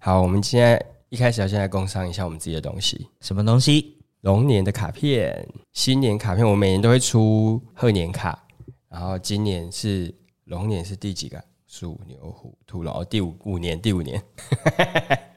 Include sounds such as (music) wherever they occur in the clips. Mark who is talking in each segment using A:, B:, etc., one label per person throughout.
A: 好，我们现在一开始要先来工商一下我们自己的东西，
B: 什么东西？
A: 龙年的卡片、新年卡片，我每年都会出贺年卡，然后今年是龙年是第几个？鼠、牛、虎、兔、龙，哦，第五五年，第五年，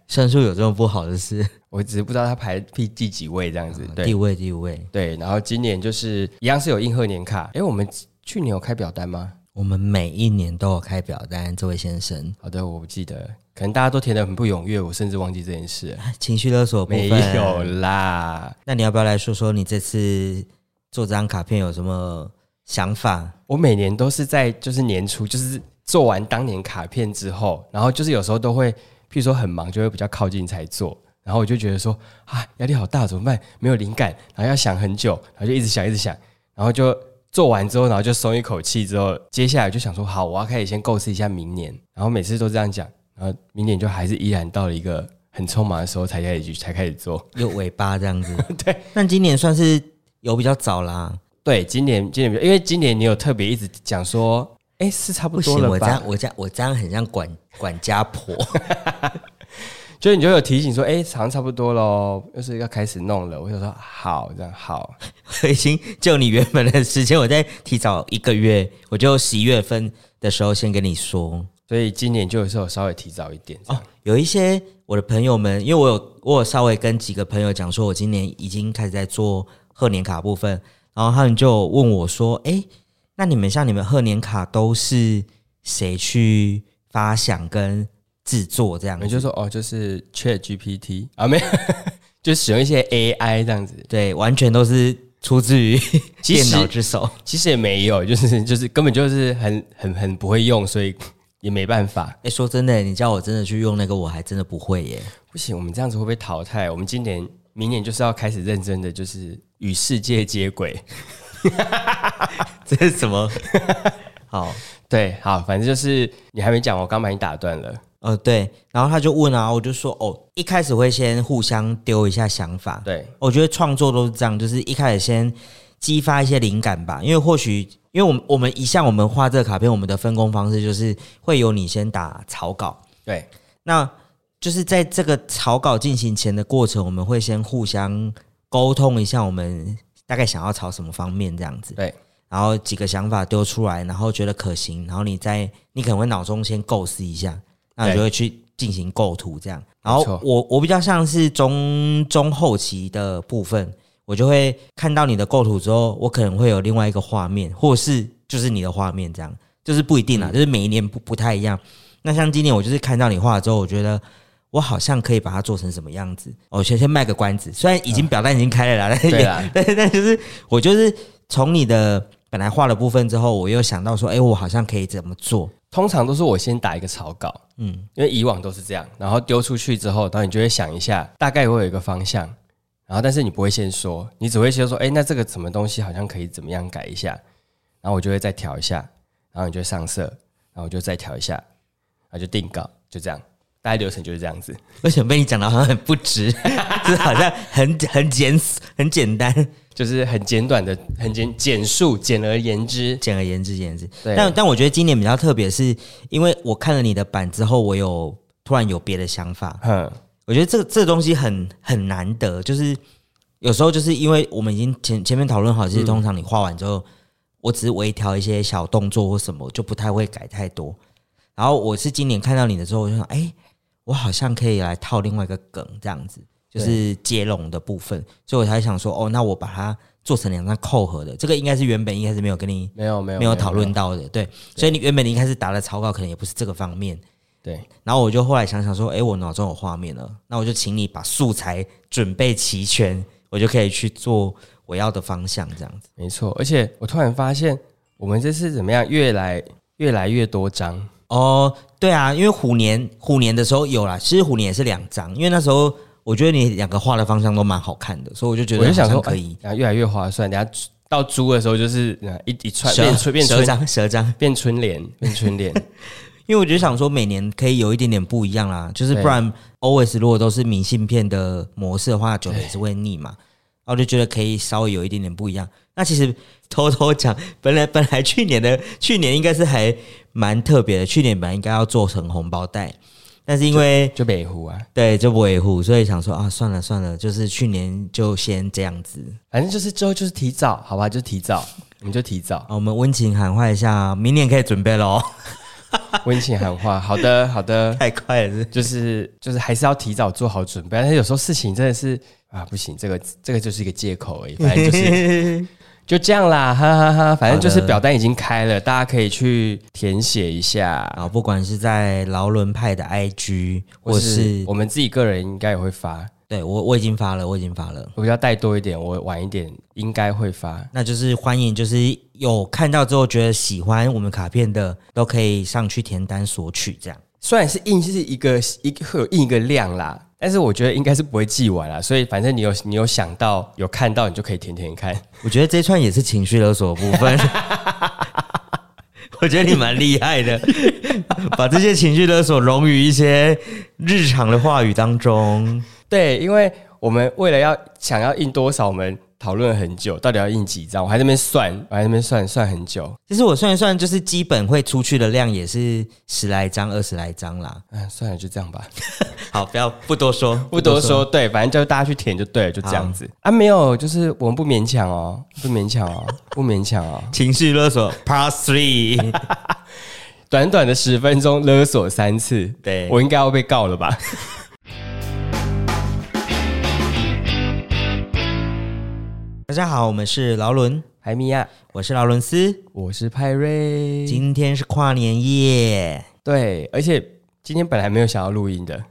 B: 算术有这么不好的事？
A: 我只是不知道它排第第几位这样子。对
B: (laughs) 第五位，第五位，
A: 对，然后今年就是一样是有印贺年卡，诶，我们去年有开表单吗？
B: 我们每一年都有开表单，这位先生，
A: 好的，我不记得，可能大家都填的很不踊跃，我甚至忘记这件事了。
B: 啊情绪勒索部
A: 没
B: 分
A: 有。啦，
B: 那你要不要来说说你这次做这张卡片有什么想法？
A: 我每年都是在就是年初，就是做完当年卡片之后，然后就是有时候都会，譬如说很忙，就会比较靠近才做。然后我就觉得说啊，压力好大，怎么办？没有灵感，然后要想很久，然后就一直想，一直想，然后就做完之后，然后就松一口气之后，接下来就想说，好，我要开始先构思一下明年。然后每次都这样讲，然后明年就还是依然到了一个很匆忙的时候才开始去才开始做。。
B: 有尾巴这样子
A: (laughs) 对，
B: 但今年算是有比较早啦。
A: 对，今年今年因为今年你有特别一直讲说，哎，是差不
B: 不
A: 多
B: 行，
A: 了
B: 我这
A: 吧
B: 样，？我这样，我这样很像管管家婆。 (laughs)
A: 就你就有提醒说，哎、好像差不多喽，就是要开始弄了。我就说好，这样好，
B: 我已经就你原本的时间，我再提早一个月，我就十一月份的时候先跟你说。
A: 所以今年就是有稍微提早一点哦。
B: 有一些我的朋友们，因为我有我有稍微跟几个朋友讲说，我今年已经开始在做贺年卡部分，然后他们就问我说：“诶，那你们像你们贺年卡都是谁去发想跟制作这样
A: 我
B: 子？”
A: 们就说哦，就是 Chat GPT 啊，没有， (laughs) 就使用一些 AI 这样子。
B: 对，完全都是出自于
A: 其
B: 电
A: 实
B: 脑之手。
A: 其实也没有，就是就是根本就是很很很不会用，所以也没办法。
B: 诶，说真的，你叫我真的去用那个，我还真的不会耶。
A: 不行，我们这样子会不会淘汰？我们今年、明年就是要开始认真的，就是与世界接轨。
B: (laughs)
A: (laughs)
B: 这是什 (laughs) 么？好，
A: 对，好，反正就是你还没讲，我刚把你打断了。
B: 呃，对，然后他就问啊，我就说哦，一开始会先互相丢一下想法。
A: 对，
B: 我觉得创作都是这样，就是一开始先激发一些灵感吧，因为或许因为我们我们一向我们画这个卡片，我们的分工方式就是会由你先打草稿，
A: 对，
B: 那就是在这个草稿进行前的过程，我们会先互相沟通一下，我们大概想要朝什么方面这样子。
A: 对，
B: 然后几个想法丢出来，然后觉得可行，然后你再你可能会脑中先构思一下，那你
A: 对
B: 就会去进行构图这样。然
A: 没错
B: 后我我比较像是中中后期的部分，我就会看到你的构图之后，我可能会有另外一个画面，或是就是你的画面这样，就是不一定
A: 嗯
B: 啦，就是每一年不不太一样。那像今年我就是看到你画了之后，我觉得我好像可以把它做成什么样子。我先先卖个关子，虽然已经表单已经开了啦，但是
A: 啊对啊啦
B: (laughs) 也但是但就是我就是从你的本来画的部分之后，我又想到说，哎、我好像可以怎么做？
A: 通常都是我先打一个草稿，
B: 嗯，
A: 因为以往都是这样，然后丢出去之后，然后你就会想一下，大概会有一个方向，然后但是你不会先说，你只会先说，哎、那这个什么东西好像可以怎么样改一下，然后我就会再调一下，然后你就会上色，然后我就再调一下，然后就定稿，就这样，大概流程就是这样子。
B: 为什么被你讲的好像很不值？ (laughs) 就是好像很很简很简单。
A: 就是很简短的，很简简述，简而言之，
B: 简而言之，简而言之。
A: 对
B: 但但我觉得今年比较特别，是因为我看了你的版之后，我有突然有别的想法。
A: 哼，
B: 我觉得这这东西很很难得，就是有时候就是因为我们已经前前面讨论好，其实通常你画完之后，我只是微调一些小动作或什么，就不太会改太多。然后我是今年看到你的时候，我就想，哎、我好像可以来套另外一个梗，这样子就是接龙的部分，所以我才想说，哦，那我把它做成两张扣合的，这个应该是原本一开始没有跟你
A: 没有没有
B: 没有讨论，到的，对，所以你原本你一开始打的草稿可能也不是这个方面。
A: 对，
B: 然后我就后来想想说，诶，我脑中有画面了，那我就请你把素材准备齐全，我就可以去做我要的方向，这样子。
A: 没错。而且我突然发现，我们这次怎么样，越来越来越多张，
B: 哦，对啊，因为虎年虎年的时候有啦，其实虎年也是两张，因为那时候我觉得你两个画的方向都蛮好看的，所以我就觉得
A: 我就想
B: 好
A: 说
B: 像可以，
A: 然后越来越划算。等下到租的时候，就是呃一一串变
B: 蛇
A: 春变
B: 蛇
A: 春
B: 张蛇张，
A: 变春联，变春
B: (laughs)
A: 联，
B: 因为我就想说每年可以有一点点不一样啦，就是
A: 对
B: 不然 always 如果都是明信片的模式的话，久了也是会腻嘛。然后我就觉得可以稍微有一点点不一样。那其实偷偷讲，本来 (laughs) 本来去年的去年应该是还蛮特别的，去年本来应该要做成红包袋，但是因为
A: 就北湖啊，
B: 对就不维护，所以想说啊，算了算了，就是去年就先这样子。
A: 反正就是之后就是提早，好吧，就提早，我们就提早
B: 啊，我们温情喊话一下，明年可以准备喽。
A: 温情喊话。好的，好的，
B: 太快了是不是
A: 就是就是还是要提早做好准备。但是有时候事情真的是啊，不行，这个这个就是一个借口而已，反哎正就是就这样啦，哈哈哈。反正就是表单已经开了，大家可以去填写一下。
B: 啊，不管是在劳伦派的 IG，或
A: 或
B: 是
A: 我们自己个人应该也会发，
B: 对我我已经发了，我已经发了。
A: 我比较带多一点，我晚一点应该会发。
B: 那就是欢迎，就是有看到之后觉得喜欢我们卡片的，都可以上去填单索取。这样
A: 虽然是印是一个一个会有印一个量啦，但是我觉得应该是不会记完啦，所以反正你有你有想到有看到，你就可以填填看。 (laughs)
B: 我觉得这一串也是情绪勒索的部分。 (laughs) 我觉得你蛮厉害的，把这些情绪勒索融于一些日常的话语当中。
A: 对，因为我们为了要想要印多少，我们讨论很久，到底要印几张，我还在那边算，我还在那边算算很久，
B: 其实我算一算，就是基本会出去的量也是十来张、二十来张啦。
A: 嗯，算了，就这样吧，
B: 好，不要不多说，
A: 不多说。对，反正就大家去填就对了，就这样子啊，没有，就是我们不勉强哦，不勉强哦，不勉强哦，
B: 情绪勒索 Part Three，
A: (laughs)
B: (laughs)
A: 短短的十分钟勒索三次，
B: 对
A: 我应该要被告了吧？
B: 大家好，我们是劳伦，
A: (laughs) 海米亚，
B: 我是劳伦斯，
A: 我是派瑞，
B: 今天是跨年夜，
A: 对，而且今天本来没有想要录音的，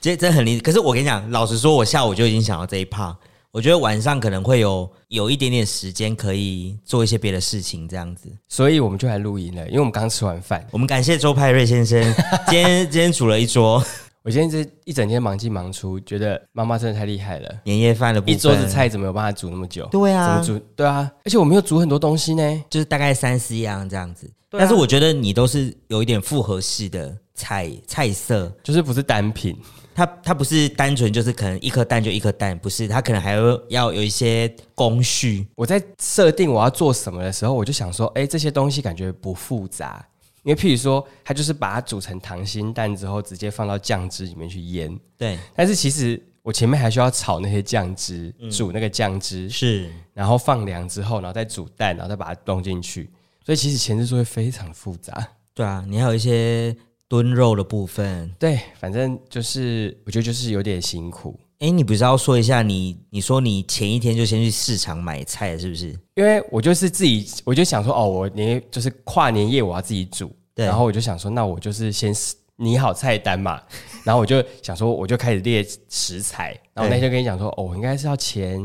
B: 这真的很离。可是我跟你讲，老实说，我下午就已经想到这一趴。我觉得晚上可能会有有一点点时间可以做一些别的事情，这样子。
A: 所以我们就来录音了。因为我们刚吃完饭，
B: 我们感谢周派瑞先生，今天今天煮了一桌
A: 我今天这一整天忙进忙出，觉得妈妈真的太厉害了，
B: 年夜饭的部分，
A: 一桌子，菜怎么有办法煮那么久？
B: 对
A: 怎
B: 啊
A: 么，煮？ (laughs) 对啊，而且我们又煮很多东西呢。
B: 就是大概三四样这样子。
A: 对啊
B: 但是我觉得你都是有一点复合式的菜菜色，
A: 就是不是单品，
B: 它它不是单纯就是可能一颗蛋就一颗蛋，不是，它可能还要要有一些工序。
A: 我在设定我要做什么的时候，我就想说，哎、这些东西感觉不复杂，因为譬如说，它就是把它煮成溏心蛋之后，直接放到酱汁里面去腌。
B: 对，
A: 但是其实我前面还需要炒那些酱汁，煮那个酱汁，
B: 是
A: 然后放凉之后，然后再煮蛋，然后再把它弄进去。所以其实前置作业非常复杂。
B: 对啊，你还有一些炖肉的部分。
A: 对，反正就是我觉得就是有点辛苦，
B: 哎，你不是要说一下你？你说你前一天就先去市场买菜，是不是？
A: 因为我就是自己，我就想说，哦，我年就是跨年夜我要自己煮，
B: 对
A: 然后我就想说，那我就是先拟好菜单嘛，然后我就想说，我就开始列食材，然后我那天就跟你讲说，哦，我应该是要前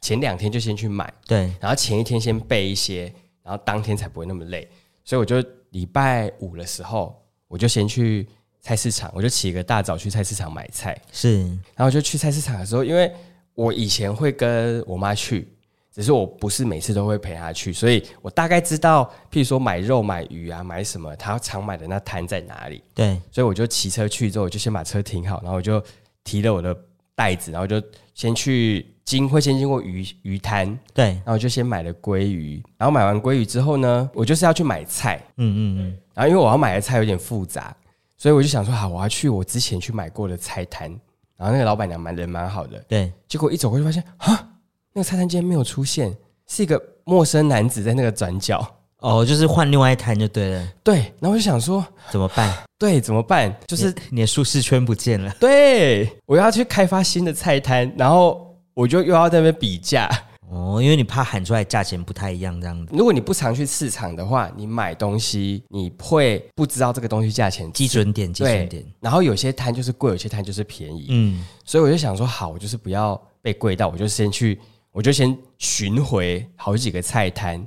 A: 前两天就先去买，
B: 对，
A: 然后前一天先备一些，然后当天才不会那么累。所以我就礼拜五的时候，我就先去菜市场，我就起个大早去菜市场买菜。
B: 是
A: 然后就去菜市场的时候，因为我以前会跟我妈去，只是我不是每次都会陪她去，所以我大概知道，譬如说买肉、买鱼啊、买什么，她常买的那摊在哪里。
B: 对，
A: 所以我就骑车去之后，我就先把车停好，然后我就提了我的袋子，然后就先去经会先经过鱼鱼摊，
B: 对，
A: 然后我就先买了鲑鱼，然后买完鲑鱼之后呢，我就是要去买菜，
B: 嗯嗯嗯，
A: 然后因为我要买的菜有点复杂，所以我就想说，好，我要去我之前去买过的菜摊，然后那个老板娘蛮人蛮好的，
B: 对，
A: 结果一走过去发现，啊，那个菜摊竟然没有出现，是一个陌生男子在那个转角，
B: 哦，就是换另外一摊就对了，
A: 对，然后我就想说，
B: 怎么办？
A: 对，怎么办？就
B: (laughs) 就是是你的舒适圈不见了。
A: 对我要去开发新的菜摊，然后我就又要在那边比价。
B: 哦，因为你怕喊出来价钱不太一样这样子，
A: 如果你不常去市场的话，你买东西你会不知道这个东西价钱
B: 基准点，基准点
A: 对，，然后有些摊就是贵，有些摊就是便宜，
B: 嗯，
A: 所以我就想说，好，我就是不要被贵到，我就先去，我就先巡回好几个菜摊，然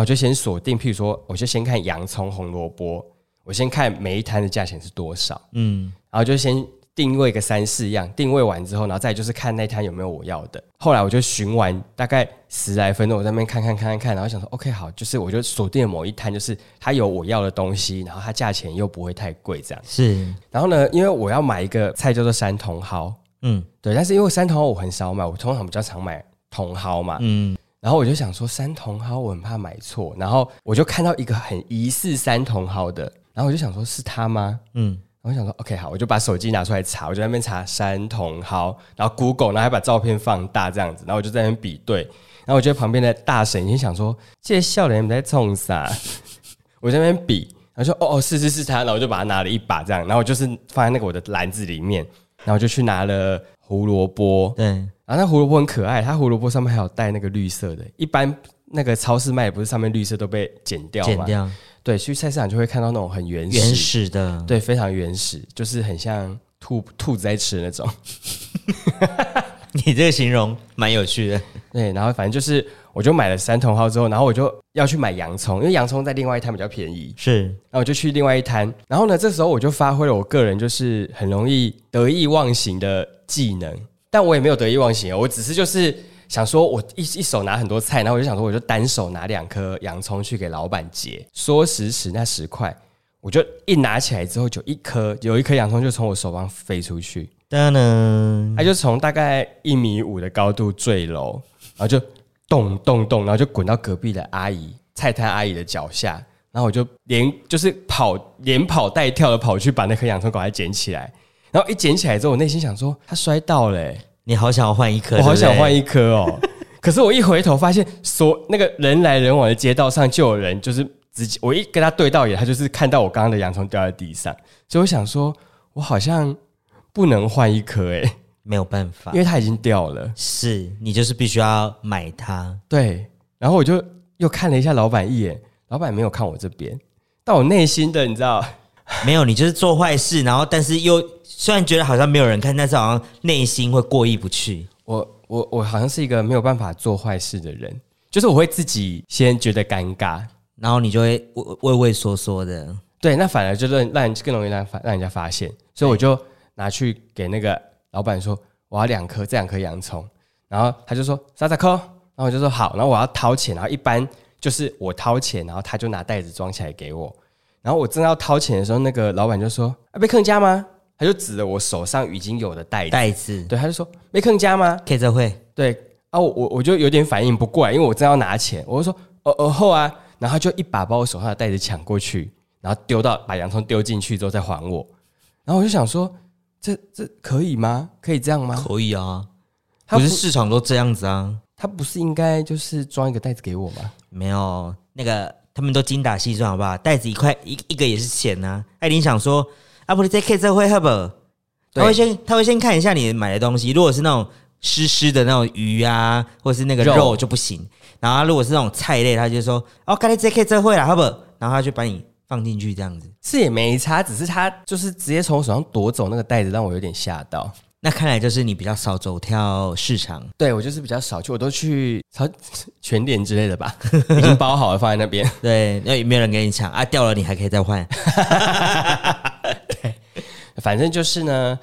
A: 后就先锁定，譬如说，哦我就先看洋葱、红萝卜，我先看每一摊的价钱是多少，
B: 嗯，
A: 然后就先定位个三四样，定位完之后，然后再就是看那摊有没有我要的。后来我就巡完大概十来分钟，我在那边看看看看看，然后想说 OK 好，就是我就锁定了某一摊，就是它有我要的东西，然后它价钱又不会太贵这样。
B: 是，
A: 然后呢，因为我要买一个菜叫做山茼蒿，
B: 嗯
A: 对，但是因为山茼蒿我很少买，我通常比较常买茼蒿嘛。
B: 嗯，
A: 然后我就想说山茼蒿我很怕买错，然后我就看到一个很疑似山茼蒿的，然后我就想说是它吗？
B: 嗯，
A: 然后我想说，OK，好，我就把手机拿出来查，我就在那边查山茼蒿，然后 Google，然后还把照片放大这样子，然后我就在那边比对，然后我觉得旁边的大婶已经想说，这些笑脸你们在冲啥？ (laughs) 我在那边比，然后说哦哦是是是他，然后我就把它拿了一把这样，然后我就是放在那个我的篮子里面，然后我就去拿了胡萝卜，
B: 对，
A: 然后那胡萝卜很可爱，它胡萝卜上面还有带那个绿色的，一般那个超市卖不是上面绿色都被剪掉
B: 剪
A: 吗？
B: 掉
A: 对，去菜市场就会看到那种很原始，
B: 原始的，
A: 对，非常原始，就是很像兔兔子在吃的那种。
B: 你这个形容蛮有趣的。
A: 对，然后反正就是，我就买了三茼蒿之后，然后我就要去买洋葱，因为洋葱在另外一摊比较便宜。
B: 是，
A: 然后我就去另外一摊，然后呢，这时候我就发挥了我个人就是很容易得意忘形的技能，但我也没有得意忘形哦，我只是就是想说我一一手拿很多菜，然后我就想说我就单手拿两颗洋葱去给老板结，说时迟那时快，我就一拿起来之后就一颗有一颗洋葱就从我手上飞出去，
B: 当然，
A: 它就从大概一米五的高度坠楼，然后就咚咚咚，然后就滚到隔壁的阿姨菜摊阿姨的脚下，然后我就连就是跑连跑带跳的跑去把那颗洋葱赶快捡起来，然后一捡起来之后，我内心想说它摔到了、欸
B: 你好想要换一颗，
A: 我好想换
B: 一，
A: 一颗哦。可是我一回头发现，所那个人来人往的街道上就有人，就是直接我一跟他对到眼，他就是看到我刚刚的洋葱掉在地上，所以我想说，我好像不能换一颗哎、欸
B: 没有办法
A: 因，为它已经掉了。
B: 是你就是必须要买它。
A: 对，然后我就又看了一下老板一眼，老板没有看我这边，但我内心的你知道，
B: 没有，你就是做坏事，然后但是又虽然觉得好像没有人看，但是好像内心会过意不去。
A: 我我我好像是一个没有办法做坏事的人，就是我会自己先觉得尴尬，
B: 然后你就会畏畏畏缩缩的，
A: 对，那反而就让让更容易让发让人家发现，所以我就拿去给那个老板说，我要两颗这两颗洋葱，然后他就说三十颗，然后我就说好，然后我要掏钱，然后一般就是我掏钱，然后他就拿袋子装起来给我，然后我正要掏钱的时候，那个老板就说啊被坑家吗？他就指着我手上已经有的袋子，
B: 袋子
A: 对，他就说被坑家吗？
B: K 这会
A: 对啊，我我我就有点反应不过来，因为我正要拿钱，我就说哦哦后啊，然后他就一把把我手上的袋子抢过去，然后丢到把洋葱丢进去之后再还我，然后我就想说，这这可以吗？可以这样吗？
B: 可以啊，
A: 他
B: 不
A: 不
B: 是市场都这样子啊，
A: 他不是应该就是装一个袋子给我吗？
B: 没有那个他们都精打细算好不好？袋子一块一一个也是钱呐、啊。艾琳想说，啊不是在 K 这会 h u
A: 对
B: 他会先他会先看一下你买的东西，如果是那种湿湿的那种鱼啊，或者是那个
A: 肉
B: 肉就不行。然后如果是那种菜类，他就说哦，刚才在 K 这会了 h u 然后他就把你放进去这样子。
A: 是也没差，只是他就是直接从我手上夺走那个袋子，让我有点吓到。
B: 那看来就是你比较少走跳市场，
A: 对我就是比较少去，我都去超 (laughs) 全点之类的吧，已经包好了放在那边。
B: 对，那也没有人跟你抢啊，掉了你还可以再换。
A: 反正就是呢，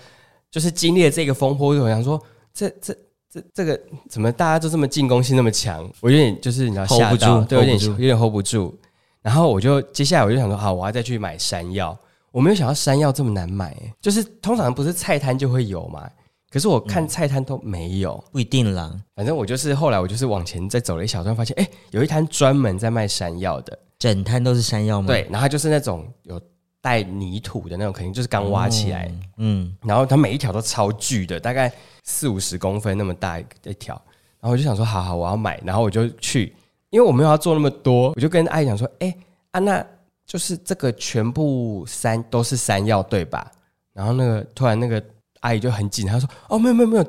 A: 就是经历了这个风波，我想说，这这这这个怎么大家都这么进攻性那么强？我有点就是你知道
B: Hold
A: 吓
B: 不
A: 到，
B: 住
A: 对，有
B: hold
A: 点
B: 不住
A: 有点 hold 不住。然后我就接下来我就想说，好，我要再去买山药。我没有想到山药这么难买、欸就是通常不是菜摊就会有嘛，可是我看
B: 嗯
A: 菜摊都没有。
B: 不一定啦，
A: 反正我就是后来我就是往前再走了一小段，发现哎、欸有一摊专门在卖山药的，
B: 整摊都是山药吗？
A: 对，然后它就是那种有带泥土的那种，肯定就是刚挖起来，
B: 嗯，
A: 然后它每一条都超巨的，大概四五十公分那么大一条。然后我就想说，好好，我要买。然后我就去，因为我没有要做那么多，我就跟阿姨讲说，哎、啊，那就是这个全部山都是山药对吧？然后那个突然那个阿姨就很紧，她说，哦，没有没有没有，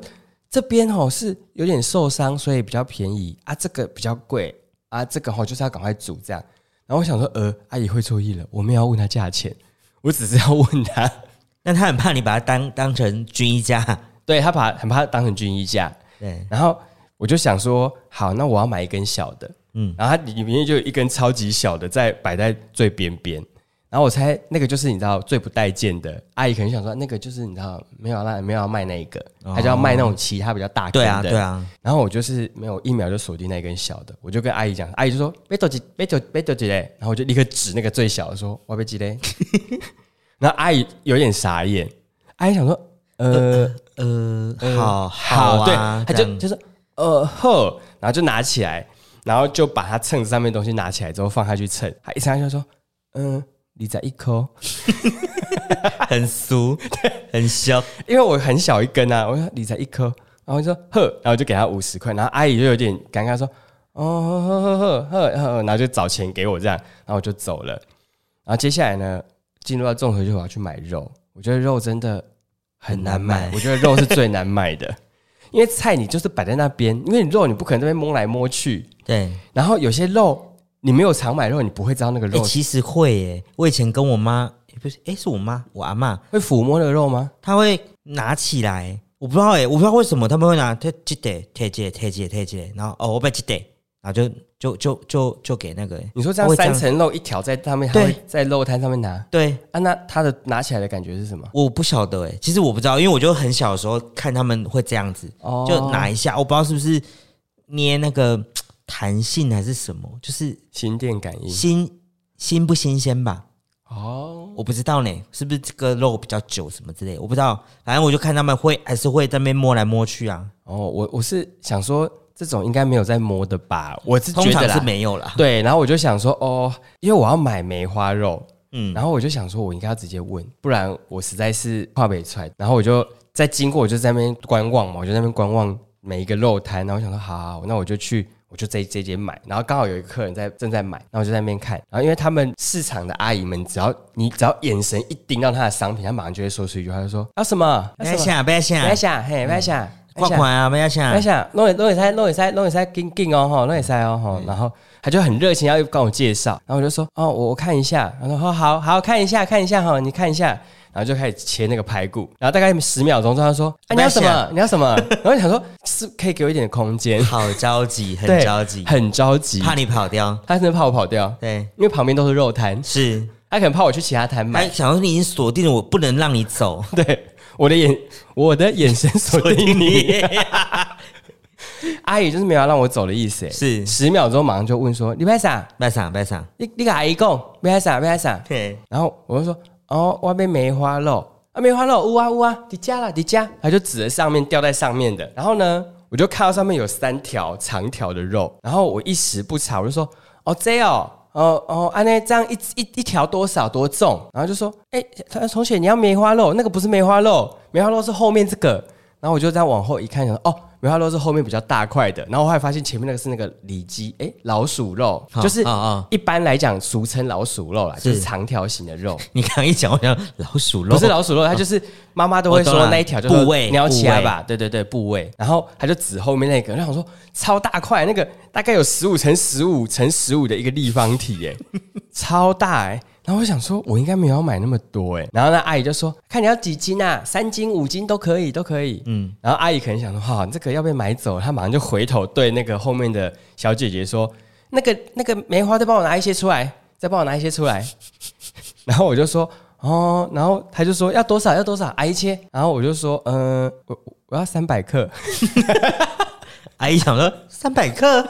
A: 这边哦是有点受伤，所以比较便宜啊，这个比较贵啊，这个哦就是要赶快煮这样。然后我想说，呃，阿姨会错意了，我没有要问她价钱，我只是要问她。
B: 但他很怕你把它当当成军医家，
A: 对他把很把它当成军衣架，
B: 对，
A: 然后我就想说，好，那我要买一根小的，嗯
B: 嗯，
A: 然后它里面就有一根超级小的在摆在最边边，然后我猜那个就是你知道最不待见的阿姨，可能想说那个就是你知道没有让没有要卖那一个，
B: 哦
A: 她就要卖那种其他比较大根
B: 对
A: 的，
B: 啊，对啊，
A: 然后我就是没有一秒就锁定那根小的，我就跟阿姨讲，阿姨就说别走几别走别走几嘞，然后我就立刻指那个最小的说我被几嘞，然后阿姨有点傻眼，阿姨想说
B: (laughs)
A: 呃
B: 呃，
A: 嗯
B: 好好
A: 对
B: 啊，，
A: 他
B: 这
A: 就
B: 样
A: 就是呃呵，然后就拿起来，然后就把他秤子上面的东西拿起来之后放下去称，他一称他就说，嗯，你在一颗，
B: 很 (laughs) 俗，很小，
A: 因为我很小一根啊，我说你在一颗，然后就说呵，然后我就给他五十块，然后阿姨就有点尴尬说哦呵呵呵呵呵，然后就找钱给我这样，然后我就走了。然后接下来呢，进入到综合就我要去买肉，我觉得肉真的很难
B: 很
A: 买，
B: 难买
A: 我觉得肉是最难买的， (laughs) 因为菜你就是摆在那边，因为你肉你不可能在那边摸来摸去，
B: 对，
A: 然后有些肉你没有常买肉，你不会知道那个
B: 哎、
A: 肉、
B: 其实会耶。我以前跟我妈，诶不是，哎、是我妈，我阿妈，
A: 会抚摸那个肉吗？
B: 她会拿起来，我不知道哎，我不知道为什么他们会拿，贴这得贴这贴这贴这，然后哦，我把这得，然后就就就就就给那个耶，
A: 你说这
B: 她
A: 样
B: 会这
A: 三
B: 样
A: 层肉一条在上面，他
B: 对
A: 会在肉摊上面拿
B: 对，
A: 啊？那它的拿起来的感觉是什么？
B: 我不晓得哎、其实我不知道，因为我就很小的时候看他们会这样子，
A: 哦
B: 就拿一下，我不知道是不是捏那个弹性还是什么，就是
A: 心电感应
B: 嗯新新不新鲜吧，
A: 哦，
B: 我不知道呢，是不是这个肉比较久什么之类，我不知道，反正我就看他们会还是会在那边摸来摸去啊，
A: 哦，我我是想说这种应该没有在摸的吧，我是
B: 通
A: 觉
B: 常
A: 得
B: 是
A: 啦。
B: 没有啦，
A: (laughs) 对，然后我就想说哦，因为我要买梅花肉，
B: 嗯，
A: 然后我就想说我应该要直接问，不然我实在是跨北川。然后我就在经过，我就在那边观望嘛，我就在那边观望每一个肉摊，然后我想说好好好那我就去。我就这这间买，然后刚好有一个客人在正在买，然后我就在那边看，然后因为他们市场的阿姨们，只要你只要眼神一盯到她的商品，她马上就会说出一句话，她就说啊要什么，
B: 不
A: 要什么，
B: 要哎想不要
A: 不要
B: 想，
A: 想，嘿，不要想，不
B: 挂
A: 要想
B: 款啊，不要
A: 我在
B: 想，
A: 想，弄也弄也塞，弄也塞，弄也塞，紧紧哦吼，弄也塞哦
B: 嗯
A: 吼。然后他就很热情要跟我介绍，然后我就说哦，我我看一下，然后说哦好好看一下看一下哈，你看一下。然后就开始切那个排骨，然后大概十秒钟之后，他说：“啊，你要什
B: 不要
A: 么？你要什么？” (laughs) 然后我想说，是可以给我一点空间，
B: 好着急， (laughs) 很
A: 对
B: 着急，
A: 很着急，
B: 怕你跑掉，
A: 他真的怕我跑掉，
B: 对，
A: 因为旁边都是肉摊，
B: 是。
A: 他可能怕我去其他摊
B: 他
A: 买。
B: 想说你已经锁定了我，不能让你走。
A: 对，我的眼，我的眼神 (laughs) 锁定你，阿姨就是没有要让我走的意思。哎
B: 是
A: 十秒钟，马上就问说：“你拍啥？”
B: 拜赏拜赏，
A: 你你跟阿姨讲，不要啥不要啥。
B: 对，
A: 然后我就说，哦，我被梅花肉啊，梅花肉，呜啊呜啊，你家啦你家。他就指着上面吊在上面的，然后呢，我就看到上面有三条长条的肉，然后我一时不察，我就说，哦这哦。哦哦，安、内这样一一一条多少多重？然后就说，哎、他同学你要梅花肉，那个不是梅花肉，梅花肉是后面这个。然后我就这样往后一看，想说哦，梅花肉是后面比较大块的。然后我后来发现前面那个是那个里脊，哎，老鼠肉，
B: 好
A: 就是
B: 啊啊
A: 一般来讲俗称老鼠肉啦，
B: 是
A: 就是长条形的肉，
B: 你刚刚一讲，我想老鼠肉
A: 不是老鼠肉，它就是妈妈都会
B: 我懂
A: 说
B: 了
A: 那一条就是
B: 部位
A: 你要掐吧，对对对，部位。然后他就指后面那个，然后我说超大块，那个大概有十五乘十五乘十五的一个立方体
B: (laughs)
A: 耶，超大哎。然后我想说，我应该没有要买那么多哎。然后那阿姨就说，看你要几斤啊，三斤、五斤都可以，都可以。嗯。然后阿姨可能想说，哇，这个要被买走，她马上就回头对那个后面的小姐姐说，那个那个梅花，再帮我拿一些出来，再帮我拿一些出来。然后我就说哦，然后他就说要多少要多少，阿姨切。然后我就说嗯、呃我我我要三百克，
B: 阿姨想说三百克，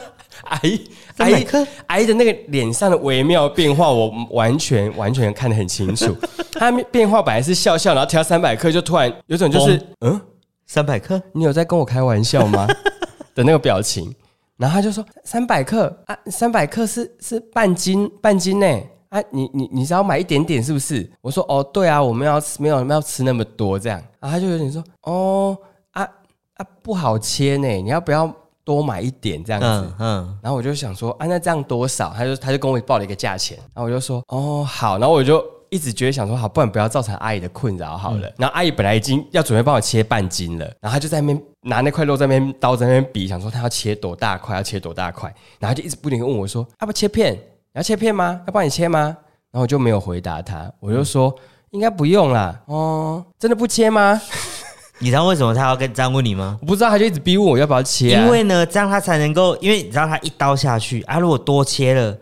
A: 阿姨阿
B: 300
A: 姨
B: 克
A: 阿姨的那个脸上的微妙变化，我完全完全看得很清楚。她变化本来是笑笑，然后提到三百克就突然有种就是嗯，
B: 三百克，
A: 你有在跟我开玩笑吗 (laughs) 的那个表情。然后他就说三百克啊，三百克是是半斤半斤呢啊，你你你是要买一点点是不是？我说哦对啊，我们要吃没有我们要吃那么多这样，然后他就有点说哦啊啊不好切呢，你要不要多买一点这样子？
B: 嗯嗯，
A: 然后我就想说，啊，那这样多少？他就他就跟我报了一个价钱，然后我就说，哦，好。然后我就一直觉得想说，好，不然不要造成阿姨的困扰好
B: 嗯
A: 了。然后阿姨本来已经要准备帮我切半斤了，然后她就在那边拿那块肉在那边刀在那边比，想说她要切多大块，要切多大块，然后她就一直不停地问我说，要、不切片？你要切片吗？要帮你切吗？然后我就没有回答她，我就说。应该不用啦，哦，真的不切吗？
B: 你知道为什么他要跟这样问你吗？
A: 我不知道，他就一直逼问我要不要切、啊，
B: 因为呢，这样他才能够，因为你知道他一刀下去啊，如果多切了，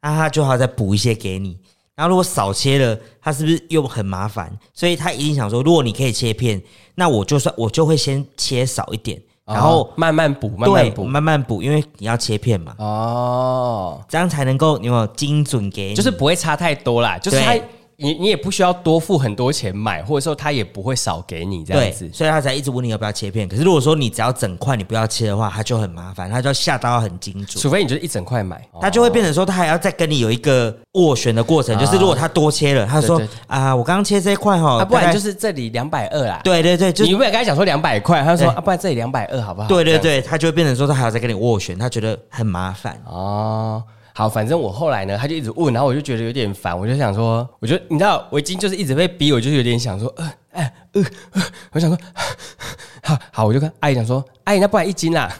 B: 那、他就还要再补一些给你。然后如果少切了，他是不是又很麻烦？所以他一定想说，如果你可以切片，那我就算我就会先切少一点，然后
A: 哦、慢慢补，慢慢
B: 对
A: 补，
B: 慢慢补，因为你要切片嘛，
A: 哦，
B: 这样才能够你有没有精准给你
A: 就是不会差太多啦，就是它
B: 对
A: 你你也不需要多付很多钱买，或者说他也不会少给你这样
B: 对，
A: 子。
B: 所以他才一直问你要不要切片。可是如果说你只要整块你不要切的话，他就很麻烦，他就要下刀很精准。
A: 除非你就是一整块买，哦
B: 他就会变成说，他还要再跟你有一个斡旋的过程，就是如果他多切了，他说
A: 对对
B: 啊，我刚刚切这一块哈，
A: 啊，不然就是是这里两百二啦。，
B: 对对对，就
A: 你不要跟他讲说两百块，他就说
B: 对
A: 啊，不然这里两百二好不好？这
B: 对对
A: 样
B: 对，他就会变成说他还要再跟你斡旋，他觉得很麻烦。
A: 哦，好，反正我后来呢，他就一直问，然后我就觉得有点烦，我就想说，我觉得你知道，我已经就是一直被逼，我就有点想说，呃，哎，呃，呃我想说， (laughs) 好好，我就跟阿姨讲说，阿姨，那不然一斤啦，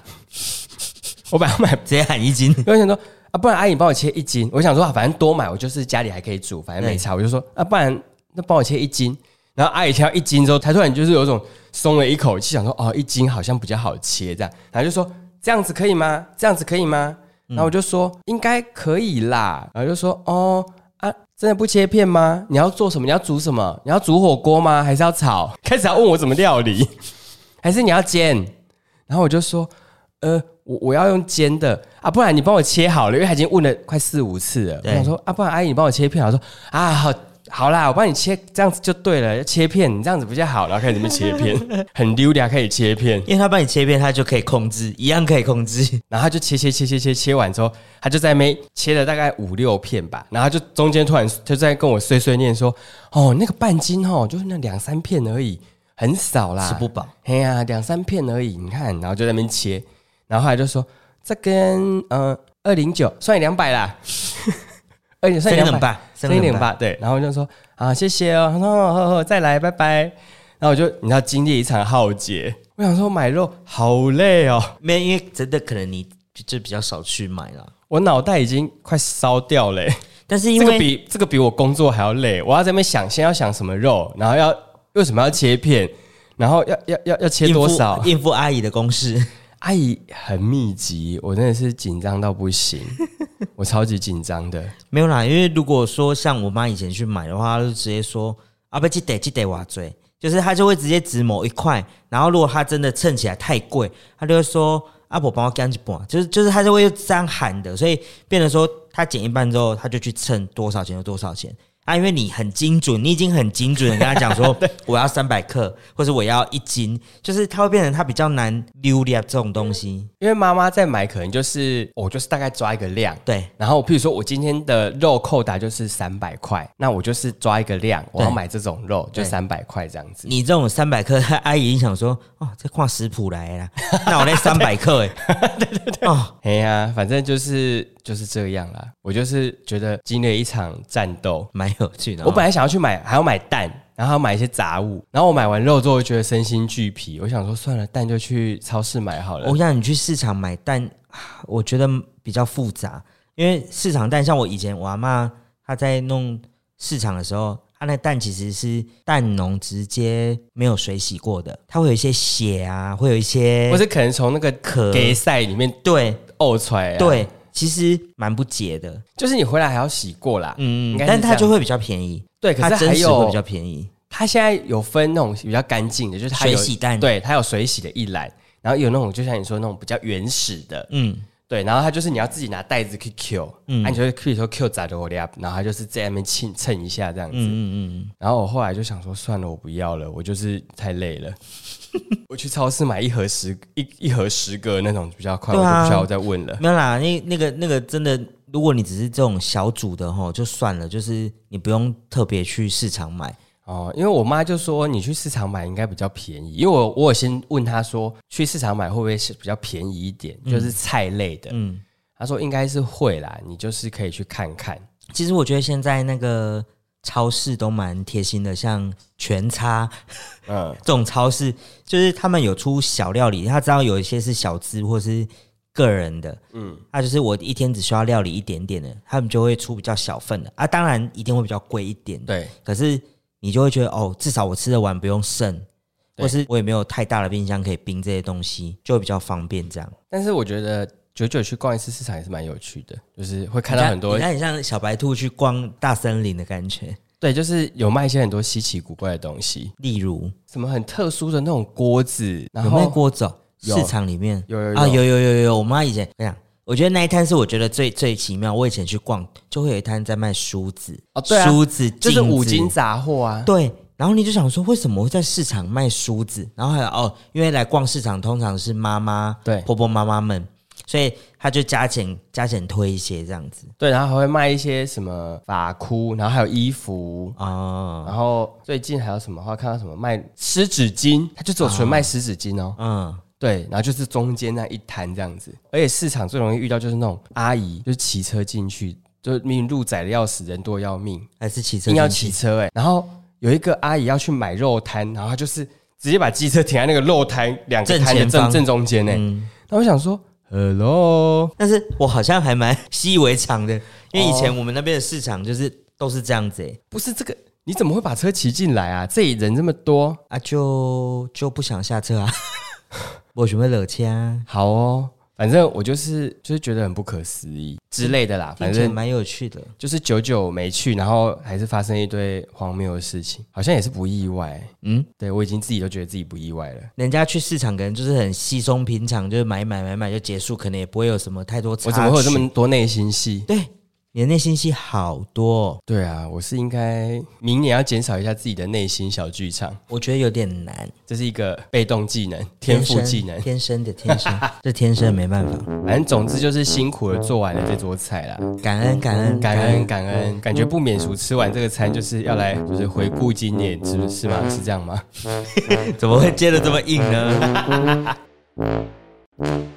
A: (laughs) 我本来要买，
B: 直接喊一斤，
A: 我想说。啊，不然阿姨你帮我切一斤，我想说、啊、反正多买，我就是家里还可以煮，反正没差，我就说啊，不然那帮我切一斤。然后阿姨听到一斤之后，她突然就是有种松了一口气，想说哦，一斤好像比较好切这样，然后就说这样子可以吗？这样子可以吗？然后我就说应该可以啦，然后就说哦啊，真的不切片吗？你要做什么？你要煮什么？你要煮火锅吗？还是要炒？ (laughs) 开始要问我怎么料理，还是你要煎？然后我就说呃，我我要用煎的啊，不然你帮我切好了，因为他已经问了快四五次了。我
B: 对
A: 想说啊，不然阿姨你帮我切片，我说啊好。好啦，我帮你切，这样子就对了。要切片，你这样子比较好。然后开始
B: (laughs)
A: 这边切片，很溜达，开始切片。
B: 因为他帮你切片，他就可以控制，一样可以控制。
A: 然后他就切切切切切切完之后，他就在那边切了大概五六片吧，然后他就中间突然就在跟我碎碎念说：“哦，那个半斤哦，就是那两三片而已，很少啦，
B: 吃不饱。
A: 哎呀、两三片而已，你看，然后就在那边切，然后后来就说这跟呃二零九算你两百啦， (laughs) 二零算
B: 三
A: 你两
B: 冷
A: 百。”
B: 吧，
A: 声音
B: 冷
A: 零，吧，对，然后我就说啊，谢谢哦，他说哦好好再来，拜拜。然后我就你知道经历一场浩劫，我想说买肉好累哦，
B: 没有，因为真的可能你就就比较少去买啦。
A: 我脑袋已经快烧掉嘞、
B: 但是因
A: 这个
B: 为
A: 比这个比我工作还要累，我要在那边想先要想什么肉，然后要为什么要切片，然后要要要要切
B: 应付
A: 多少，啊
B: 应付阿姨的公式，
A: 阿姨很密集，我真的是紧张到不行，我超级紧张的。
B: 没有啦，因为如果说像我妈以前去买的话，她就直接说啊不，记得记得我追，就是她就会直接指某一块，然后如果她真的称起来太贵，她就会说阿婆帮我干一半，就是就是她就会这样喊的，所以变成说她减一半之后，她就去称多少钱就多少钱。啊，因为你很精准，你已经很精准的跟她讲说我要三百克，或者我要一斤，就是她会变成她比较难溜掉这种东西。
A: 因为妈妈在买，可能就是我、就是大概抓一个量，
B: 对，
A: 然后，譬如说我今天的肉扣打就是三百块，那我就是抓一个量，我要买这种肉就
B: 对
A: 三百块这样子。
B: 你这种三百克， (laughs) 阿姨想说，哦，这跨食谱
A: (laughs)
B: 来啦，那我那三百克哎，对对对，哦，
A: 哎呀，反正就是就是这样啦。我就是觉得经历了一场战斗，
B: 蛮有趣的哦、
A: 我本来想要去买，还要买蛋，然后还要买一些杂物，然后我买完肉之后觉得身心俱疲，我想说算了，蛋就去超市买好了
B: 我。想你去市场买蛋，啊我觉得比较复杂，因为市场蛋像我以前我阿妈她在弄市场的时候，她那蛋其实是蛋农直接没有水洗过的，它会有一些血啊，会有一些
A: 或是可能从那个
B: 壳，
A: 给赛里面
B: 对
A: 呕出来、啊，，
B: 呃对，其实蛮不解的，
A: 就是你回来还要洗过啦。
B: 嗯
A: 应，该是
B: 但
A: 这
B: 它
A: 样
B: 就会比较便宜，
A: 对，可
B: 它
A: 是还
B: 真实会
A: 有
B: 比较便宜。
A: 它现在有分那种比较干净的，就是它有
B: 水洗蛋
A: 对，它有水洗的一栏，然后有那种就像你说那种比较原始的，
B: 嗯，
A: 对，然后它就是你要自己拿袋子去 Q，嗯，
B: 嗯
A: 啊、你就会比如说 Q 砸的我俩，然后它就是在那边蹭蹭一下这样子，
B: 嗯嗯嗯，
A: 然后我后来就想说算了，我不要了，我就是太累
B: (laughs)
A: 了。我去超市买一盒十一一盒十个那种比较快，
B: 对啊
A: 我就不需要再问了。
B: 没有啦，那那个那个真的，如果你只是这种小组的吼，就算了，就是你不用特别去市场买。
A: 哦，因为我妈就说你去市场买应该比较便宜，因为我我有先问她说去市场买会不会是比较便宜一点，就是菜类的，
B: 嗯，
A: 她说应该是会啦，你就是可以去看看。
B: 其实我觉得现在那个超市都蛮贴心的，像全差
A: 嗯，
B: 这种超市，就是他们有出小料理，他知道有一些是小资或是个人的，嗯，那就是我一天只需要料理一点点的，他们就会出比较小份的啊，当然一定会比较贵一点，
A: 对，
B: 可是你就会觉得哦，至少我吃得完，不用剩，
A: 对
B: 或是我也没有太大的冰箱可以冰这些东西，就会比较方便这样。
A: 但是我觉得久久去逛一次市场也是蛮有趣的，就是会看到很多
B: 你看你像小白兔去逛大森林的感觉，
A: 对，就是有卖一些很多稀奇古怪的东西，
B: 例如
A: 什么很特殊的那种锅子，然
B: 有卖
A: 后
B: 锅走
A: 有
B: 市场里面啊
A: 有有有
B: 啊，有有有有有，我妈以前跟你讲，我觉得那一摊是我觉得最最奇妙。我以前去逛，就会有一摊在卖梳子，
A: 哦对啊
B: 梳子
A: 就是五
B: 镜
A: 金
B: 子
A: 杂货啊，
B: 对，然后你就想说，为什么会在市场卖梳子？然后还有哦，因为来逛市场通常是妈妈、
A: 对
B: 婆婆妈妈们，所以他就加减加减推一些这样子
A: 对，然后还会卖一些什么发箍，然后还有衣服，
B: 哦，
A: 然后最近还有什么话看到什么卖湿纸巾，它就只有纯卖湿纸巾哦。
B: 嗯，
A: 对，然后就是中间那一摊这样子，而且市场最容易遇到就是那种阿姨，就是骑车进去，就是明明路窄的要死，人多要命，
B: 还是骑车
A: 硬要
B: 进
A: 骑
B: 去
A: 车哎、然后有一个阿姨要去买肉摊，然后她就是直接把机车停在那个肉摊两个
B: 正
A: 摊的
B: 前方嗯
A: 正正中间哎、那我想说，Hello，
B: 但是我好像还蛮习以为常的，因为以前我们那边的市场就是都是这样子、欸，
A: 不是这个，你怎么会把车骑进来啊？这里人这么多，
B: 啊就就不想下车啊， (laughs) 我准备惹啊掐，
A: 好哦，反正我就是就是觉得很不可思议之类的啦，
B: 听
A: 反
B: 起来
A: 正
B: 蛮有趣的。
A: 就是久久没去，然后还是发生一堆荒谬的事情，好像也是不意外。
B: 嗯，
A: 对我已经自己都觉得自己不意外了，
B: 人家去市场可能就是很稀松平常，就是买买买买就结束，可能也不会有什么太多差
A: 我怎么会有这
B: 距
A: 么多内心戏？
B: 对？你的内心戏好多哦、
A: 对啊，我是应该明年要减少一下自己的内心小剧场，
B: 我觉得有点难，
A: 这是一个被动技能、天赋
B: 生
A: 技能。
B: 天生的天生，这天生没办法。
A: 反正总之就是辛苦的做完了这桌菜啦，
B: 感恩感恩
A: 感恩感恩，感觉不免俗。吃完这个餐就是要来就是回顾今年，是不是是吗？是这样吗？
B: 怎么会接的这么硬呢？